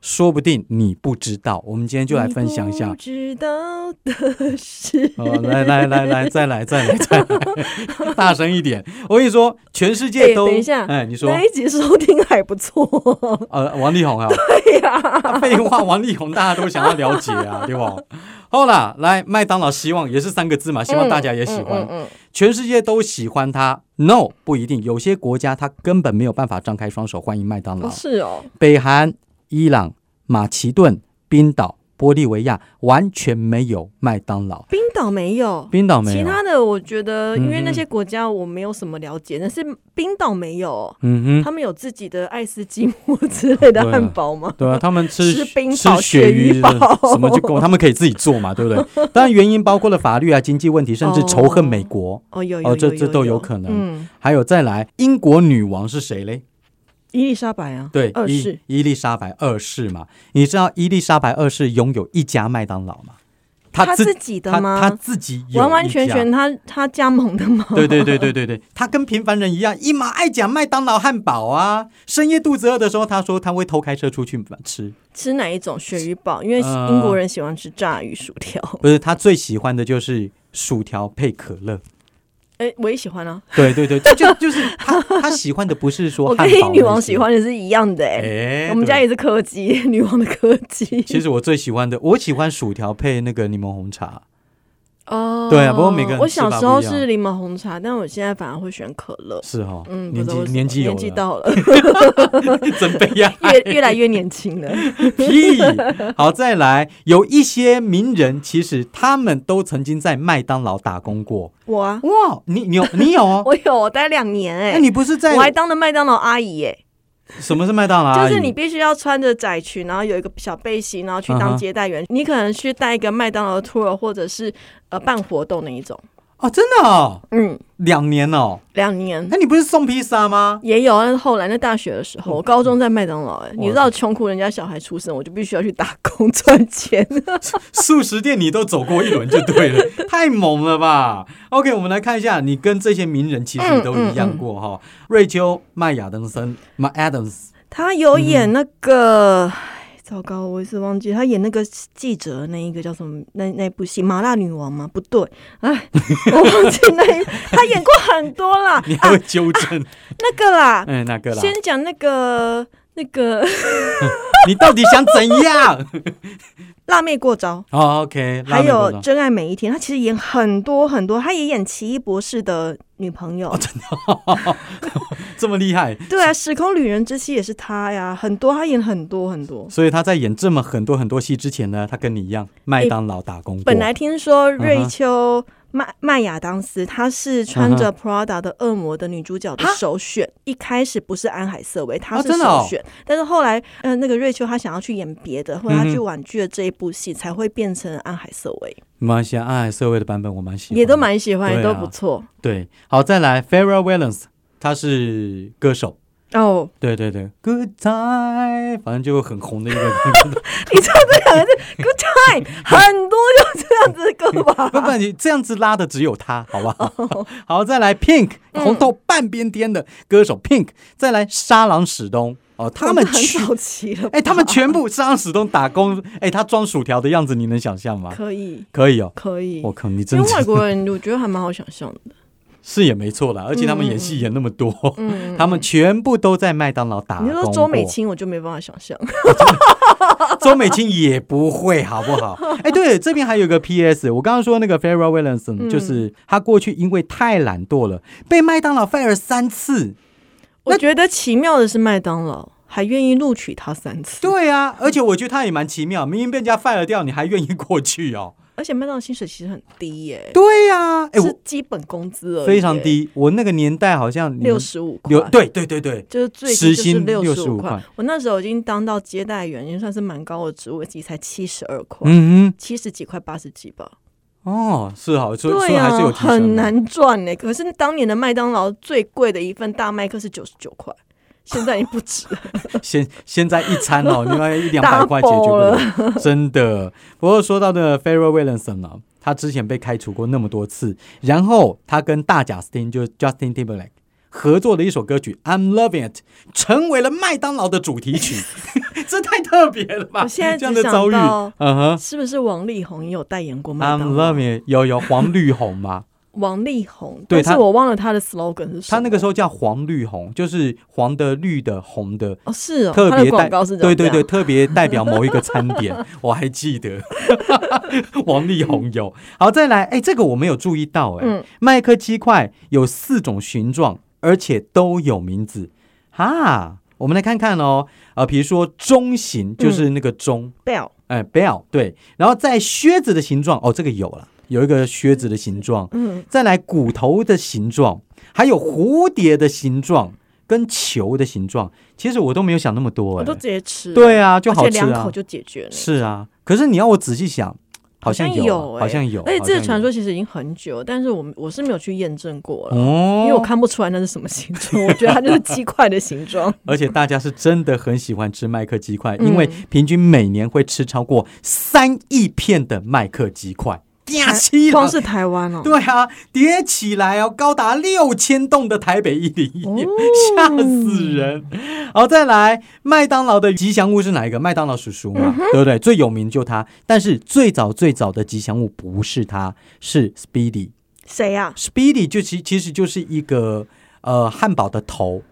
Speaker 1: 说不定你不知道。我们今天就来分享一
Speaker 2: 你
Speaker 1: 下
Speaker 2: 不。知道的事，
Speaker 1: 哦，来来来来，再来再来再来， 大声一点！我跟你说，全世界
Speaker 2: 哎
Speaker 1: 都……
Speaker 2: 等一下
Speaker 1: 哎，你说，
Speaker 2: 那一集收听还不错。
Speaker 1: 呃，王力宏啊，
Speaker 2: 对呀，
Speaker 1: 啊 废话，王力宏大家都想要了解啊， 对吧？好啦，来麦当劳，希望也是三个字嘛，希望大家也喜欢，
Speaker 2: 嗯嗯嗯
Speaker 1: 全世界都喜欢它。No，不一定，有些国家它根本没有办法张开双手欢迎麦当
Speaker 2: 嗯
Speaker 1: 劳
Speaker 2: 哦，是哦，
Speaker 1: 北韩、伊朗、马其顿、冰岛、玻利维亚完全没有麦当劳，
Speaker 2: 冰岛没有，
Speaker 1: 冰岛没有。
Speaker 2: 其他的我觉得，因为
Speaker 1: 嗯嗯
Speaker 2: 那些国家我没有什么了解，但是冰岛没有，
Speaker 1: 嗯哼，
Speaker 2: 他们有自己的爱斯基摩之类的
Speaker 1: 对啊
Speaker 2: 汉堡吗？
Speaker 1: 对啊，他们吃
Speaker 2: 吃冰
Speaker 1: 吃
Speaker 2: 堡
Speaker 1: 鳕
Speaker 2: 鳕鱼
Speaker 1: 鱼的
Speaker 2: 堡
Speaker 1: 什么就够，他们可以自己做嘛，对不 对？当然原因包括了法律啊、经济问题，甚至仇恨美国。
Speaker 2: 哦，有有
Speaker 1: 哦
Speaker 2: 有
Speaker 1: 这
Speaker 2: 有
Speaker 1: 这都有可能
Speaker 2: 嗯，
Speaker 1: 还有再来，英国女王是谁嘞？
Speaker 2: 伊丽莎白啊，
Speaker 1: 对，
Speaker 2: 二世
Speaker 1: 伊伊丽莎白二世嘛。你知道伊丽莎白二世拥有一家麦当劳吗？
Speaker 2: 她
Speaker 1: 自
Speaker 2: 自己的吗
Speaker 1: 她她自己有
Speaker 2: 完完
Speaker 1: 一
Speaker 2: 全
Speaker 1: 家
Speaker 2: 全他他加盟的吗？
Speaker 1: 对对对对对对，他跟平凡人一样，一马爱讲麦当劳汉堡啊。深夜肚子饿的时候，他说他会偷开车出去吃。
Speaker 2: 吃哪一种鳕鱼堡？因为
Speaker 1: 呃
Speaker 2: 英国人喜欢吃炸鱼薯条。
Speaker 1: 不是，他最喜欢的就是薯条配可乐。
Speaker 2: 哎、我也喜欢啊，
Speaker 1: 对 对对，这就就是他他喜欢的不是说
Speaker 2: 我
Speaker 1: 汉堡
Speaker 2: 跟
Speaker 1: 那些。
Speaker 2: 女王喜欢的是一样的哎、
Speaker 1: 哎，
Speaker 2: 我们家
Speaker 1: 对
Speaker 2: 也是柯基， 女王的柯基。
Speaker 1: 其实我最喜欢的，我喜欢薯条配那个柠檬红茶。
Speaker 2: 哦，
Speaker 1: 对啊不过每个人
Speaker 2: 我
Speaker 1: 吃法
Speaker 2: 小
Speaker 1: 不
Speaker 2: 时候
Speaker 1: 一样
Speaker 2: 是柠檬红茶，但我现在反而会选可乐。
Speaker 1: 是哈、哦，
Speaker 2: 嗯，
Speaker 1: 年
Speaker 2: 不知道为
Speaker 1: 纪
Speaker 2: 什么
Speaker 1: 年纪有
Speaker 2: 年
Speaker 1: 了，
Speaker 2: 纪 到了，
Speaker 1: 真悲 哀。
Speaker 2: 越越来越年轻 了。
Speaker 1: 屁！好，再来，有一些名人，其实他们都曾经在麦当劳打工过。
Speaker 2: 我啊，
Speaker 1: 哇，你你有你有哦？
Speaker 2: 我有我待两年哎、
Speaker 1: 那你不是在
Speaker 2: 我还当了麦当劳阿姨哎、
Speaker 1: 什么是麦当劳阿姨？
Speaker 2: 就是你必须要穿着窄裙，然后有一个小背心，然后去
Speaker 1: 嗯
Speaker 2: 当
Speaker 1: 哼
Speaker 2: 接待员。你可能去带一个麦当劳 tour，或者是呃办活动那一种。
Speaker 1: 哦，真的哦，
Speaker 2: 嗯，
Speaker 1: 两年哦。
Speaker 2: 两年
Speaker 1: 那你不是送披萨吗？
Speaker 2: 也有，但是后来那大学的时候，我高中在麦当劳、哎，你知道穷苦人家小孩出生，我就必须要去打工 赚钱。
Speaker 1: 素食店你都走过一轮就对 了，太猛了吧？OK，我们来看一下，你跟这些名人其
Speaker 2: 嗯
Speaker 1: 实都一样过哈、瑞秋、麦亚登森、麦 Adams，
Speaker 2: 他
Speaker 1: 嗯
Speaker 2: 有演那个，哎糟糕，我一时忘记他演那个记者那一个叫什么那那部戏《麻辣女王》吗？不对，哎，我忘记那一 他演过很多啦，
Speaker 1: 你
Speaker 2: 啊
Speaker 1: 还会纠 正？
Speaker 2: 那个啦，
Speaker 1: 哎、那个啦？
Speaker 2: 先讲那个那个
Speaker 1: 你到底想怎样？
Speaker 2: 辣妹过招，
Speaker 1: 哦，OK，拉
Speaker 2: 还
Speaker 1: 美国
Speaker 2: 有
Speaker 1: 的
Speaker 2: 《真爱每一天》，他其实演很多很多，他也演奇异博士的女朋
Speaker 1: 哦
Speaker 2: 友。
Speaker 1: 这么厉害，
Speaker 2: 对啊，《时空旅人之妻》也是他呀，很多他演很多很多。
Speaker 1: 所以他在演这么很多很多戏之前呢，他跟你一样麦当劳打工过。
Speaker 2: 本来听说瑞
Speaker 1: 嗯哼
Speaker 2: 秋麦麦亚当斯，她是穿
Speaker 1: 嗯
Speaker 2: 着 Prada 的恶魔的女主角的
Speaker 1: 哈
Speaker 2: 首选，一开始不是安海瑟薇，她
Speaker 1: 哦
Speaker 2: 是
Speaker 1: 真的哦
Speaker 2: 首选，但是后来，呃，那个瑞秋她想要去演别的，或者她
Speaker 1: 嗯
Speaker 2: 去
Speaker 1: 哼
Speaker 2: 婉拒了这一部戏，才会变成安海瑟薇，
Speaker 1: 马来西亚爱社会的版本我蛮喜欢的，
Speaker 2: 也都蛮喜欢，
Speaker 1: 对啊
Speaker 2: 也都不错
Speaker 1: 对。好，再来 Farrah Williams，他是歌手。
Speaker 2: 哦。
Speaker 1: 对对对，Good Time，反正就很红的一个
Speaker 2: 你知道这两个字 Good Time 很多就这样子的歌 吧？
Speaker 1: 不不，你这样子拉的只有他，好不
Speaker 2: 哦
Speaker 1: 好？ 好，再来 Pink，红
Speaker 2: 嗯
Speaker 1: 透半边天的歌手 Pink，再来沙朗史东哦，他们
Speaker 2: 很
Speaker 1: 全
Speaker 2: 早期了吧，
Speaker 1: 哎、他们全部沙朗史东打工，哎、他装薯条的样子，你能想象吗？
Speaker 2: 可以
Speaker 1: 可以哦，
Speaker 2: 可以
Speaker 1: 啊我，靠，你
Speaker 2: 因
Speaker 1: 真
Speaker 2: 为外
Speaker 1: 的
Speaker 2: 国人我觉得还蛮好想象的。
Speaker 1: 是也没错啦，而且他们演戏演那么多，
Speaker 2: 嗯，
Speaker 1: 他们全部都在麦当劳打工
Speaker 2: 你
Speaker 1: 过。
Speaker 2: 说周美青，我就没办法想象。
Speaker 1: 周美青也不会，好不好？哎，对，这边还有一个 P.S. 我刚刚说那个 Farrah Williamson，、
Speaker 2: 嗯
Speaker 1: 就是他过去因为太懒惰了，被麦当劳 fire 三次。
Speaker 2: 我觉得奇妙的是麦当劳还愿意录取他三次，
Speaker 1: 对 啊，而且我觉得他也蛮奇妙，明明被人家 fire 掉，你还愿意过去 哦。
Speaker 2: 而且麦当劳薪水其实很低耶、
Speaker 1: 对呀、哎，
Speaker 2: 是
Speaker 1: 我
Speaker 2: 基本工资而已耶、
Speaker 1: 非常低，我那个年代好像你们
Speaker 2: 65，六十五块
Speaker 1: 有，对对对对，
Speaker 2: 就是最低就
Speaker 1: 时
Speaker 2: 是
Speaker 1: 薪
Speaker 2: 六十
Speaker 1: 65
Speaker 2: 五
Speaker 1: 块
Speaker 2: 块。我那时候已经当到接待员，已经算是蛮高的职位，自己才七十二块，
Speaker 1: 嗯
Speaker 2: 七十、几块，八十几吧。
Speaker 1: 哼，哦，是好，所以所
Speaker 2: 对
Speaker 1: 以还
Speaker 2: 啊
Speaker 1: 是有，提升的
Speaker 2: 很难赚呢、可是当年的麦当劳最贵的一份大麦克是九十九块，现在已经不止 了。
Speaker 1: 现现在一餐 哦，另外一两百块解决不了， 真的。不过说到的 Farrah Williamson 啊，他之前被开除过那么多次，然后他跟大贾斯汀就是 Justin Timberlake 合作的一首歌曲《I'm Loving It》成为了麦当劳的主题 曲，这太特别了吧？
Speaker 2: 我现在
Speaker 1: 这样的
Speaker 2: 只想
Speaker 1: 遭遇，
Speaker 2: 到
Speaker 1: 嗯哼。
Speaker 2: 是不是王力宏也有代言过麦
Speaker 1: I'm
Speaker 2: 当劳？
Speaker 1: loving it，有有黄绿红嘛？
Speaker 2: 王力宏，
Speaker 1: 对
Speaker 2: 但
Speaker 1: 他
Speaker 2: 是我忘了他的 slogan 是什
Speaker 1: 他
Speaker 2: 么。
Speaker 1: 那个时候叫黄绿红，就是黄的、绿的、红的，
Speaker 2: 哦是哦，
Speaker 1: 特
Speaker 2: 他
Speaker 1: 别
Speaker 2: 的广
Speaker 1: 代
Speaker 2: 告是
Speaker 1: 对
Speaker 2: 长这
Speaker 1: 对
Speaker 2: 样
Speaker 1: 对，特别代表某一个餐 点，我还记得。王力宏有，好再来，哎，这个我没有注意到，哎、
Speaker 2: 嗯
Speaker 1: 麦克鸡块有四种形状，而且都有名字，
Speaker 2: 嗯
Speaker 1: 哈，我们来看看哦，呃，比如说中型就是那个钟，
Speaker 2: bell
Speaker 1: 哎，bell 对，然后在靴子的形状，哦，这个有了，有一个靴子的形状，
Speaker 2: 嗯，
Speaker 1: 再来骨头的形状，还有蝴蝶的形状跟球的形状，其实我都没有想那么多、
Speaker 2: 我
Speaker 1: 哎
Speaker 2: 都直接吃，
Speaker 1: 对啊，就
Speaker 2: 而且
Speaker 1: 好吃
Speaker 2: 两
Speaker 1: 啊
Speaker 2: 口，就解决了。
Speaker 1: 是啊，可是你要我仔细想，好像
Speaker 2: 像有
Speaker 1: 有啊，
Speaker 2: 哎
Speaker 1: 好像有，
Speaker 2: 而且这
Speaker 1: 好
Speaker 2: 个
Speaker 1: 像有
Speaker 2: 传说其实已经很久，但是我们我是没有去验证过了，
Speaker 1: 哦，
Speaker 2: 因为我看不出来那是什么形状，我觉得它就是鸡块的 形状。
Speaker 1: 而且大家是真的很喜欢吃麦克鸡块，
Speaker 2: 嗯
Speaker 1: 因为平均每年会吃超过三亿片的麦克鸡块，
Speaker 2: 台
Speaker 1: 嗲起
Speaker 2: 光
Speaker 1: 了。
Speaker 2: 是台湾哦，
Speaker 1: 啊 对啊，叠起来哦，高达六千栋的台北一零一，
Speaker 2: 哦
Speaker 1: 吓死人！好，再来，麦当劳的吉祥物是哪一个？麦当劳叔叔
Speaker 2: 嗯
Speaker 1: 嘛，对不对？最有名就他，但是最早最早的吉祥物不是他，是 Speedy。
Speaker 2: 谁啊呀？
Speaker 1: Speedy 就其其实就是一个呃汉堡的头，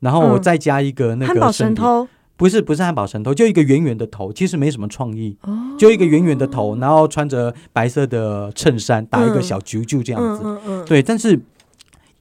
Speaker 1: 然后我
Speaker 2: 嗯
Speaker 1: 再加一个那个
Speaker 2: 汉堡神
Speaker 1: 身体
Speaker 2: 偷
Speaker 1: 不是不是汉堡神偷，就一个圆圆的头，其实没什么创意，
Speaker 2: 哦，
Speaker 1: 就一个圆圆的头，然后穿着白色的衬衫，打一个
Speaker 2: 嗯
Speaker 1: 小啾啾这
Speaker 2: 这
Speaker 1: 样子。
Speaker 2: 嗯嗯嗯，
Speaker 1: 对，但是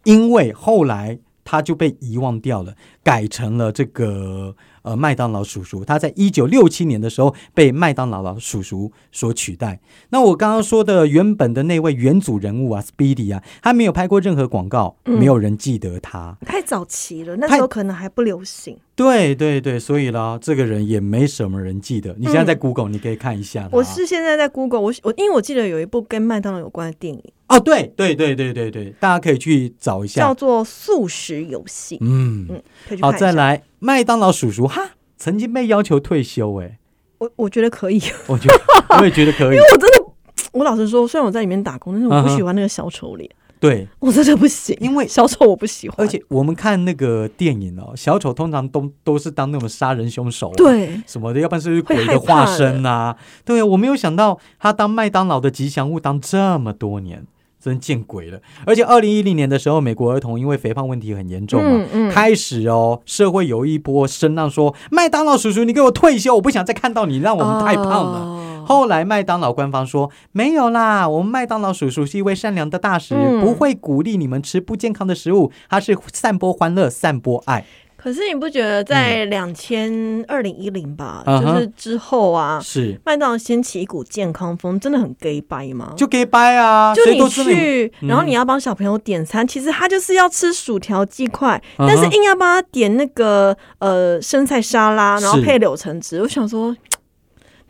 Speaker 1: 因为后来他就被遗忘掉了，改成了这个呃麦当劳叔叔。他在一九六七年的时候被麦当劳老叔叔所取代。那我刚刚说的原本的那位元祖人物啊，Speedy 啊，他没有拍过任何广告，
Speaker 2: 嗯
Speaker 1: 没有人记得他。
Speaker 2: 太早期了，那
Speaker 1: 太
Speaker 2: 时候可能还不流行。
Speaker 1: 对对对，所以啦，这个人也没什么人记得。你现在在
Speaker 2: 嗯
Speaker 1: Google，、你可以看一下啦。
Speaker 2: 我是现在在 Google，我我因为我记得有一部跟麦当劳有关的电影，
Speaker 1: 哦，对对对对对对，大家可以去找一
Speaker 2: 叫
Speaker 1: 下。
Speaker 2: 做《素食游戏》，
Speaker 1: 嗯，
Speaker 2: 嗯，可以去
Speaker 1: 好，
Speaker 2: 看一
Speaker 1: 再
Speaker 2: 下。
Speaker 1: 来，麦当劳叔叔哈，曾经被要求退休、欸，
Speaker 2: 我我觉得可以，
Speaker 1: 我觉得 我也觉得可以。
Speaker 2: 我真的。我老实说，虽然我在里面打工，但是我不喜欢那个小 丑脸，
Speaker 1: 对，
Speaker 2: 我真的不行，
Speaker 1: 因为
Speaker 2: 小丑我不喜欢，
Speaker 1: 而且我们看那个电影哦，小丑通常都都是当那种杀人凶手、啊，
Speaker 2: 对，
Speaker 1: 什么的，要不然就是
Speaker 2: 会
Speaker 1: 鬼
Speaker 2: 害
Speaker 1: 的化
Speaker 2: 怕
Speaker 1: 身啊。对啊，我没有想到他当麦当劳的吉祥物当这么多年，真见鬼了。而且二零一零年的时候，美国儿童因为肥胖问题很严重嘛。
Speaker 2: 嗯嗯，
Speaker 1: 开始哦，社会有一波声浪说，麦当劳叔叔，你给我退休，我不想再看到你，让我们太胖了。
Speaker 2: 了
Speaker 1: 后来麦当劳官方说没有啦，我们麦当劳叔叔是一位善良的大使，
Speaker 2: 嗯
Speaker 1: 不会鼓励你们吃不健康的食物，他是散播欢乐、散播爱。
Speaker 2: 可是你不觉得在两千二零一零吧，
Speaker 1: 嗯
Speaker 2: 就
Speaker 1: 哼
Speaker 2: 是之后啊，
Speaker 1: 是，
Speaker 2: 麦当劳掀起一股健康风，真的很 gay 掰吗？
Speaker 1: 就 gay 掰啊，
Speaker 2: 就
Speaker 1: 谁
Speaker 2: 你
Speaker 1: 都知道你
Speaker 2: 去，
Speaker 1: 嗯
Speaker 2: 然后你要帮小朋友点餐，其实他就是要吃薯条、鸡块，
Speaker 1: 嗯哼
Speaker 2: 但是硬要帮他点那个呃生菜沙拉，
Speaker 1: 是
Speaker 2: 然后配柳橙汁。我想说，嘖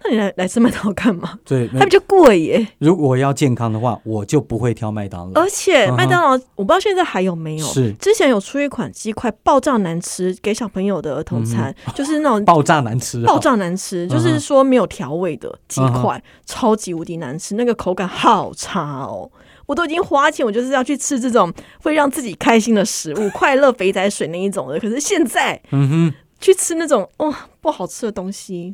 Speaker 2: 那你来来吃麦当劳干嘛？
Speaker 1: 对，
Speaker 2: 它比较贵耶，
Speaker 1: 如果要健康的话，我就不会挑麦当劳。
Speaker 2: 而且
Speaker 1: 嗯哼
Speaker 2: 麦当劳我不知道现在还有没有。
Speaker 1: 是
Speaker 2: 之前有出一款鸡块爆炸难吃给小朋友的儿童
Speaker 1: 嗯
Speaker 2: 餐，就是那种
Speaker 1: 爆炸难吃、啊，
Speaker 2: 爆炸难吃，就
Speaker 1: 嗯
Speaker 2: 是
Speaker 1: 哼嗯
Speaker 2: 说没有调味的鸡块，超级无敌难吃，那个口感好差哦。我都已经花钱，我就是要去吃这种会让自己开心的食 物，快乐肥仔水那一种的。可是现在
Speaker 1: 嗯哼，
Speaker 2: 去吃那种哦不好吃的东西，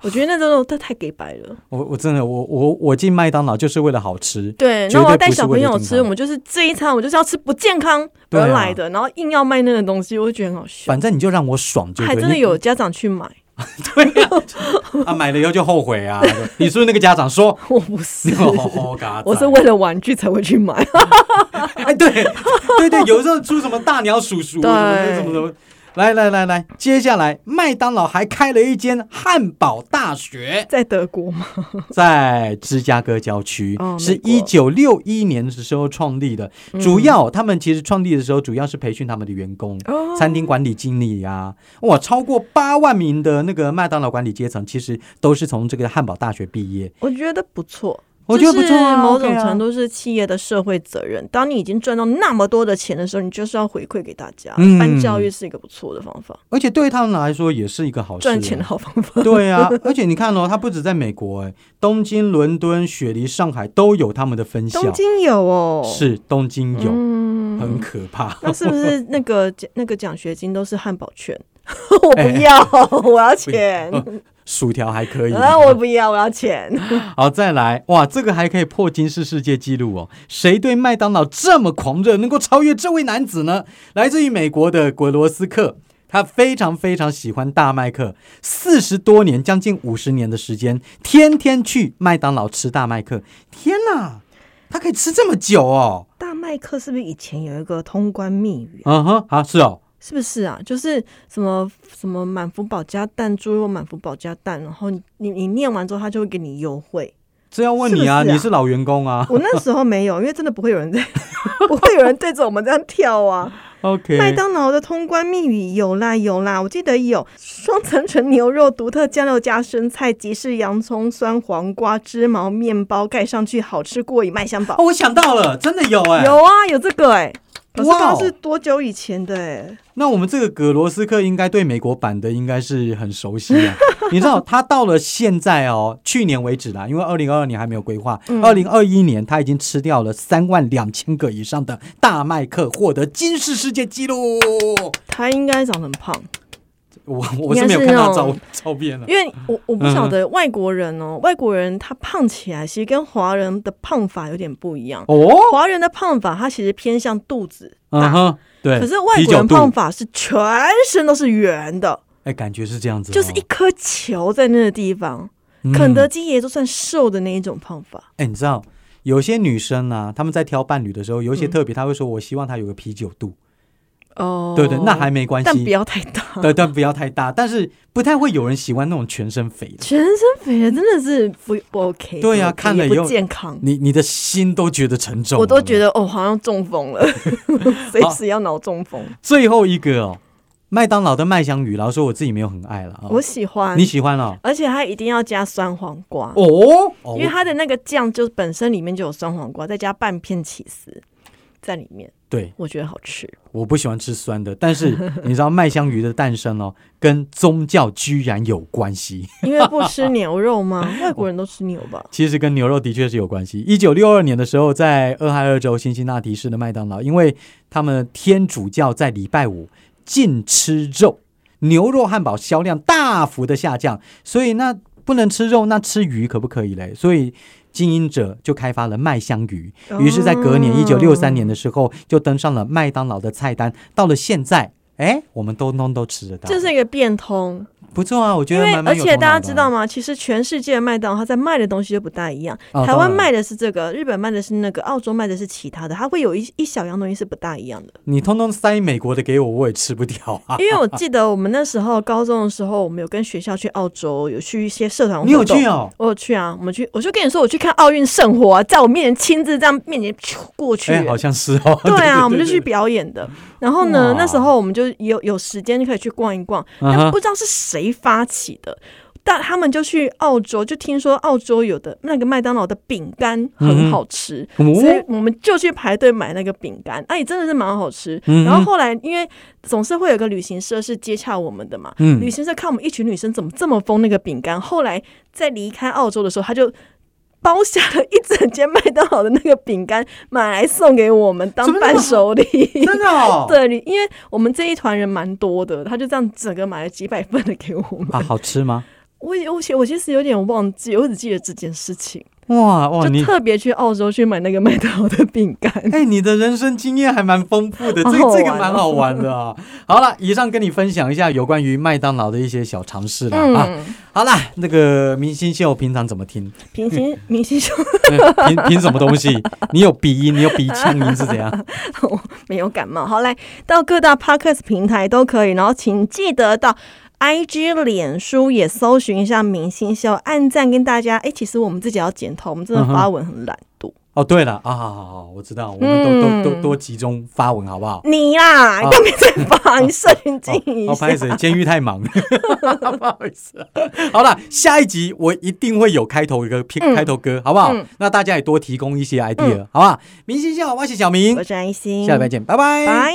Speaker 2: 我觉得那种都太给白了。
Speaker 1: 我我真的我我我进麦当劳就是为了好吃，
Speaker 2: 对，
Speaker 1: 绝对
Speaker 2: 那我要带
Speaker 1: 不是
Speaker 2: 小朋
Speaker 1: 为了
Speaker 2: 友
Speaker 1: 健
Speaker 2: 吃，
Speaker 1: 康
Speaker 2: 我们就是这一餐我就是要吃不健康
Speaker 1: 对啊
Speaker 2: 而来的，然后硬要卖那个东西，我就觉得很好笑
Speaker 1: 反。正你就让我爽就对。
Speaker 2: 还真的
Speaker 1: 你
Speaker 2: 有家长去买，
Speaker 1: 啊， 买了以后就后悔啊！你是不是那个家长说？
Speaker 2: 我不是
Speaker 1: 你，好好嘎仔
Speaker 2: 我是为了玩具才会去买。
Speaker 1: 哎，对对对，有时候出什么大鸟叔叔，什
Speaker 2: 对
Speaker 1: 么什么什么。来来来来，接下来麦当劳还开了一间汉堡大学，
Speaker 2: 在德国吗？
Speaker 1: 在芝加哥郊区，
Speaker 2: 哦
Speaker 1: 是
Speaker 2: 美国嗯
Speaker 1: 一九六一年的时候创立的。主要他们其实创立的时候，主要是培训他们的员工，
Speaker 2: 哦
Speaker 1: 餐厅管理经理呀、哇，超过八万名的那个麦当劳管理阶层，其实都是从这个汉堡大学毕业。
Speaker 2: 我觉得不错，
Speaker 1: 我觉得不错啊
Speaker 2: 就是某种
Speaker 1: OK 啊
Speaker 2: 程度是企业的社会责任。当你已经赚到那么多的钱的时候，你就是要回馈给大家。
Speaker 1: 嗯
Speaker 2: 办教育是一个不错的方法，
Speaker 1: 而且对他们来说也是一个好事、啊
Speaker 2: 赚钱的好方法。
Speaker 1: 对啊，而且你看哦，它不止在美国，哎，东京、伦敦、雪梨、上海都有他们的分校
Speaker 2: 东，京有哦，
Speaker 1: 啊是东京有，
Speaker 2: 嗯
Speaker 1: 很可怕。
Speaker 2: 那是不是那个奖那个奖学金都是汉堡券？ 我不要，我 要钱。
Speaker 1: 薯条还哎可以，
Speaker 2: 啊！我不要，我要钱。
Speaker 1: 好再来，哇，这个还可以破金氏世界纪录哦！谁对麦当劳这么狂热，能够超越这位男子呢？来自于美国的格罗斯克。他非常非常喜欢大麦克，四十多年，将近五十年的时间，天天去麦当劳吃大麦克。天哪，他可以吃这么久哦！
Speaker 2: 大麦克是不是以前有一个通关密语啊？
Speaker 1: 嗯哼，啊，是哦，
Speaker 2: 是不是啊？就是什么什么满福保加蛋、猪肉满福保加蛋，然后你你你念完之后，他就会给你优 惠。
Speaker 1: 这要问你啊，
Speaker 2: 是不是啊
Speaker 1: 你是老员工啊。
Speaker 2: 我那时候没有，因为真的不会有人在， 不会有人对着我们这样跳 啊。
Speaker 1: OK，
Speaker 2: 麦当劳的通关密语有啦有啦，我记得有双层纯牛肉、独特酱料加生菜、吉士洋葱、酸黄瓜、芝麻面包，盖上去好吃过瘾，麦香堡
Speaker 1: 哦，。我想到了，真的有哎、
Speaker 2: 有啊，有这个哎、可是不知
Speaker 1: 哇
Speaker 2: 道
Speaker 1: 哦
Speaker 2: 是多久以前的哎、
Speaker 1: 那我们这个葛罗斯克应该对美国版的应该是很熟悉 啊。你知道他到了现在哦，去年为止啦，因为二零二二年还没有规划，
Speaker 2: 嗯
Speaker 1: 二零二一年他已经吃掉了三万两千个以上的大麦克，获得金氏世界纪录。
Speaker 2: 他应该长得很胖，
Speaker 1: 我我是没有看到照照片了。
Speaker 2: 哦 因为我我不晓得外国人
Speaker 1: 嗯
Speaker 2: 哦，外国人他胖起来其实跟华人的胖法有点不一样。
Speaker 1: 哦，
Speaker 2: 华人的胖法，他其实偏向肚子
Speaker 1: 嗯
Speaker 2: 大，
Speaker 1: 哼，对。
Speaker 2: 啊可是外
Speaker 1: 啤
Speaker 2: 国
Speaker 1: 酒
Speaker 2: 人
Speaker 1: 肚
Speaker 2: 胖，法是全身都是圆的，
Speaker 1: 哎，感觉是这样子哦、
Speaker 2: 就是一颗球在那个地
Speaker 1: 嗯
Speaker 2: 方。肯德基也都算瘦的那一种胖法，
Speaker 1: 哎、你知道有些女生啊，她们在挑伴侣的时候，有一些
Speaker 2: 嗯
Speaker 1: 特别，她会说：“我希望她有个啤酒肚。
Speaker 2: 哦
Speaker 1: 对对，那还没关
Speaker 2: 但不
Speaker 1: 系，
Speaker 2: 要太 大。
Speaker 1: 对，但不要太大。但是不太会有人喜欢那种全身肥的，
Speaker 2: 全身肥的真的是不不 OK，
Speaker 1: 对啊
Speaker 2: 不 OK，
Speaker 1: 看了
Speaker 2: 也
Speaker 1: 以
Speaker 2: 不
Speaker 1: 后
Speaker 2: 健康。
Speaker 1: 你你的心都觉得沉重。
Speaker 2: 我都觉
Speaker 1: 得
Speaker 2: 得哦，好像中 风了， 随时要脑中风。
Speaker 1: 最后一个哦，麦当劳的麦香鱼，老实说我自己没有很爱了啊、
Speaker 2: 我喜欢
Speaker 1: 你，喜欢了、
Speaker 2: 而且它一定要加酸黄瓜，
Speaker 1: 哦？哦，
Speaker 2: 因为它的那个酱就本身里面就有酸黄瓜，再加半片起司在里面，
Speaker 1: 对，
Speaker 2: 我觉得好吃。
Speaker 1: 我不喜欢吃酸的，但是你知道麦香鱼的诞生哦，跟宗教居然有关系。
Speaker 2: 因为不 吃牛肉吗？外国人都吃牛吧？
Speaker 1: 其实跟牛肉的确是有关系。一九六二年的时候，在俄亥俄州辛辛那提市的麦当劳，因为他们天主教在礼拜五禁吃肉，牛肉汉堡销量大幅的下降，所以那不能吃肉，那吃鱼可不可以嘞？所以。经营者就开发了麦香鱼，于是，在隔年
Speaker 2: 哦
Speaker 1: 一九六三年的时候，就登上了麦当劳的菜单。到了现在，哎，我们都通都吃得到，
Speaker 2: 这是一个变通，
Speaker 1: 不错啊，我觉
Speaker 2: 因
Speaker 1: 得
Speaker 2: 为
Speaker 1: 蛮蛮
Speaker 2: 而
Speaker 1: 有
Speaker 2: 且
Speaker 1: 头脑
Speaker 2: 大家
Speaker 1: 的
Speaker 2: 知
Speaker 1: 啊
Speaker 2: 道吗？其实全世界的麦当劳它在卖的东西就不大一样，
Speaker 1: 哦
Speaker 2: 台
Speaker 1: 当
Speaker 2: 湾
Speaker 1: 然
Speaker 2: 卖的是这个，日本卖的是那个，澳洲卖的是其他的，它会有一一小样东西是不大一样的。
Speaker 1: 你通通塞美国的给我，我也吃不掉啊。
Speaker 2: 因为我记得我们那时候高中的时候，我们有跟学校去澳洲，有去一些社团活动。
Speaker 1: 你有去？哦？
Speaker 2: 我有去啊，我们去，我就跟你说，我去看奥运圣火、啊在我面前亲自这样面前咻过去。
Speaker 1: 哎、好像是哦。
Speaker 2: 对啊，我们就
Speaker 1: 对
Speaker 2: 去表演的。然后呢
Speaker 1: 哇，
Speaker 2: 那时候我们就有有时间就可以去逛一逛，
Speaker 1: 嗯哼
Speaker 2: 但不知道是谁发起的。但他们就去澳洲，就听说澳洲有的那个麦当劳的饼干很好吃，
Speaker 1: 哦
Speaker 2: 所以我们就去排队买那个饼干，哎、真的是蛮好吃。
Speaker 1: 嗯哼
Speaker 2: 然后后来因为总是会有个旅行社是接洽我们的嘛，
Speaker 1: 嗯
Speaker 2: 旅行社看我们一群女生怎么这么疯那个饼干，后来在离开澳洲的时候，他就。包下了一整间麦当劳的那个饼干，买来送给我们当
Speaker 1: 怎么那么
Speaker 2: 伴手礼。，
Speaker 1: 真的 哦
Speaker 2: 对，因为我们这一团人蛮多的，他就这样整个买了几百份的给我们。
Speaker 1: 啊，好吃吗？
Speaker 2: 我我其我其实有点忘记，我只记得这件事情，
Speaker 1: 哇哇，
Speaker 2: 就
Speaker 1: 哦你
Speaker 2: 特别去澳洲去买那个麦当劳的饼干。
Speaker 1: 哎、你的人生经验还蛮丰富的，这
Speaker 2: 好好玩
Speaker 1: 这
Speaker 2: 哦
Speaker 1: 个蛮好玩的 啊。好了，以上跟你分享一下有关于麦当劳的一些小常识啦、 啊。
Speaker 2: 嗯，
Speaker 1: 好啦，那个明星秀平常怎么听？
Speaker 2: 明星明星秀
Speaker 1: 呃凭凭什么东西？你有鼻音，你有鼻腔音是怎样？
Speaker 2: 没有感冒，好来到各大 podcast 平台都可以，然后请记得到。I G、脸书也搜寻一下明星秀，按赞跟大家。哎、其实我们自己要检讨，我们真的发文很懒惰。
Speaker 1: 哦，对了啊，好好好，我知道，我们都、
Speaker 2: 嗯
Speaker 1: 都都都集中发文好不好？
Speaker 2: 你啦，
Speaker 1: 啊
Speaker 2: 你都没在 发，你社群经营一
Speaker 1: 哦，
Speaker 2: 下。
Speaker 1: 拍谁？ 监狱太忙，不好意思、好了，下一集我一定会有开头一个片、
Speaker 2: 嗯
Speaker 1: 开头歌，好不好？
Speaker 2: 嗯
Speaker 1: 那大家也多提供一些嗯 idea，、好不好？明星笑，我是小明
Speaker 2: 我，是安心，
Speaker 1: 下礼拜见，拜拜
Speaker 2: 拜。